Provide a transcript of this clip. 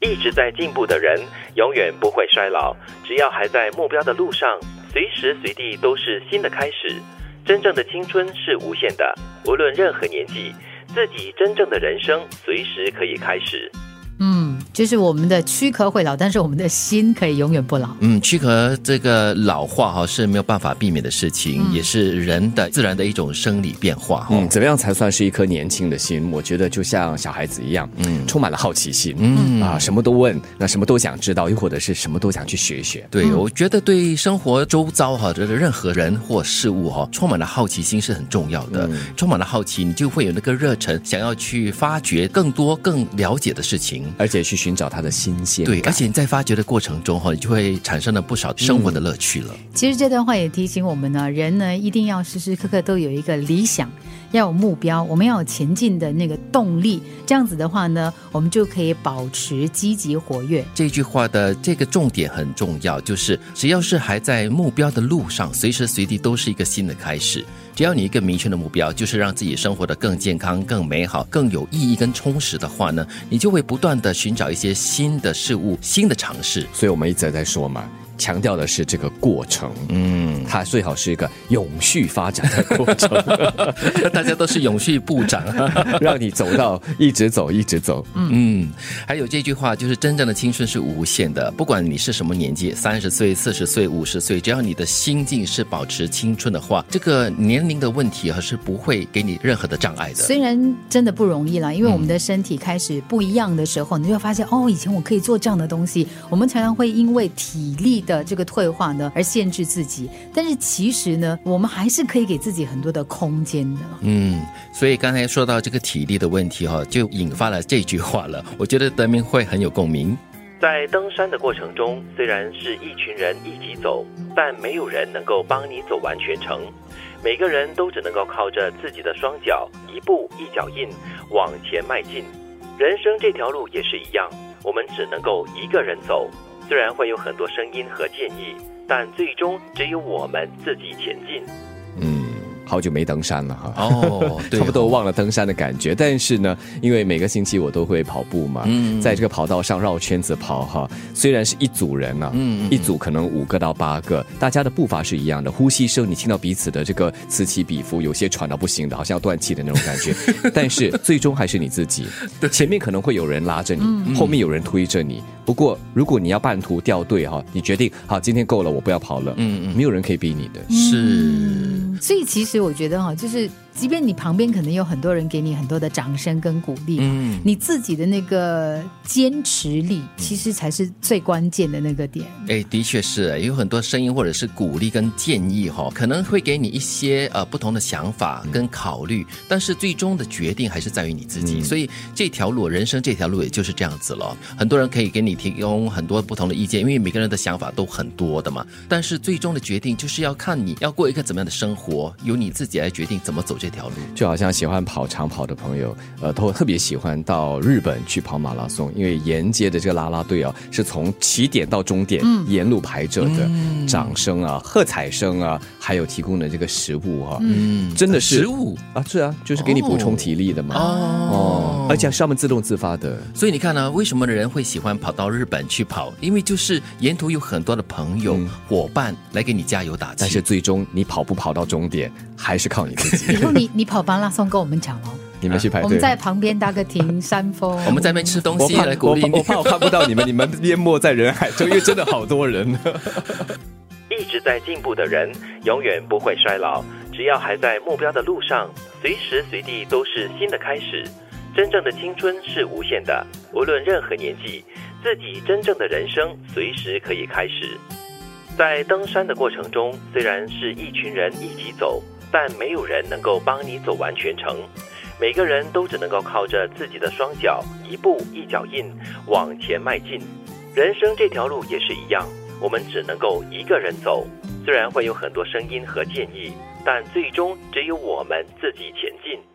一直在进步的人，永远不会衰老。只要还在目标的路上，随时随地都是新的开始。真正的青春是无限的，无论任何年纪，自己真正的人生随时可以开始。嗯，就是我们的躯壳会老，但是我们的心可以永远不老。嗯，躯壳这个老化哈是没有办法避免的事情，嗯也是人的自然的一种生理变化哈。嗯，怎么样才算是一颗年轻的心？我觉得就像小孩子一样，嗯，充满了好奇心，嗯啊，什么都问，那什么都想知道，又或者是什么都想去学一学。对，我觉得对生活周遭哈的任何人或事物哈，充满了好奇心是很重要的。嗯充满了好奇，你就会有那个热忱，想要去发掘更多、更了解的事情。而且去寻找它的新鲜对，感。而且你在发掘的过程中哈，你就会产生了不少生活的乐趣了。其实这段话也提醒我们呢，人呢一定要时时刻刻都有一个理想，要有目标，我们要有前进的那个动力。这样子的话呢，我们就可以保持积极活跃。这句话的这个重点很重要，就是只要是还在目标的路上，随时随地都是一个新的开始。只要你一个明确的目标，就是让自己生活的更健康、更美好、更有意义跟充实的话呢，你就会不断的寻找一些新的事物、新的尝试。所以我们一直在说嘛，强调的是这个过程，嗯，它最好是一个永续发展的过 程， 大家都是永续部长。让你走到一直走，一直走。嗯，还有这句话就是真正的青春是无限的，不管你是什么年纪，三十岁、四十岁、五十岁，只要你的心境是保持青春的话，这个年龄的问题啊是不会给你任何的障碍的。虽然真的不容易啦，因为我们的身体开始不一样的时候，你就会发现哦，以前我可以做这样的东西。我们常常会因为体力的这个退化呢而限制自己，但是其实呢，我们还是可以给自己很多的空间的。嗯，所以刚才说到这个体力的问题哈、就引发了这句话了。我觉得德明会很有共鸣。在登山的过程中，虽然是一群人一起走，但没有人能够帮你走完全程。每个人都只能够靠着自己的双脚，一步一脚印往前迈进。人生这条路也是一样，我们只能够一个人走。虽然会有很多声音和建议，但最终只有我们自己前进。嗯，好久没登山了哈。哦，对 差不多忘了登山的感觉，但是呢，因为每个星期我都会跑步嘛，嗯在这个跑道上绕圈子跑哈，虽然是一组人呢、嗯嗯一组可能五个到八个，大家的步伐是一样的，呼吸声你听到彼此的这个此起彼伏，有些喘到不行的，好像要断气的那种感 觉，但是最终还是你自己，前面可能会有人拉着嗯你，后面有人推着你。不过，如果你要半途掉队哈，你决定好今天够了，我不要跑了，嗯嗯没有人可以逼你的。是。嗯所以其实我觉得哈，就是即便你旁边可能有很多人给你很多的掌声跟鼓励，嗯你自己的那个坚持力其实才是最关键的那个 点。哎，的确是有很多声音或者是鼓励跟建议哈、可能会给你一些呃不同的想嗯法跟考虑，但是最终的决定还是在于你自己。嗯所以这条路，人生这条路也就是这样子了。很多人可以给你提供很多不同的意见，因为每个人的想法都很多的嘛。但是最终的决定就是要看你要过一个怎么样的生活，由你自己来决定怎么走这条路。就好像喜欢跑长跑的朋友，呃，都特别喜欢到日本去跑马拉松，因为沿街的这个啦啦队啊，是从起点到终点、沿路排着的，掌声啊、喝彩声啊，还有提供的这个食物啊，嗯真的是食物啊，是啊，就是给你补充体力的嘛。哦哦，而且是他们自动自发的，所以你看呢、为什么人会喜欢跑到日本去跑？因为就是沿途有很多的朋友、伙伴来给你加油打气。嗯但是最终你跑不跑到终点，还是靠你自 己。以后你你跑马拉松跟我们讲哦，你们去排我队们。在旁边搭个亭 山峰，哎我们在那边吃东我西怕来鼓励我怕我你。怕我看不到你们，你们淹没在人海中，因为真的好多人。一直在进步的人，永远不会衰老。只要还在目标的路上，随时随地都是新的开始。真正的青春是无限的，无论任何年纪，自己真正的人生随时可以开始。在登山的过程中，虽然是一群人一起走，但没有人能够帮你走完全程。每个人都只能够靠着自己的双脚，一步一脚印往前迈进。人生这条路也是一样，我们只能够一个人走。虽然会有很多声音和建议，但最终只有我们自己前进。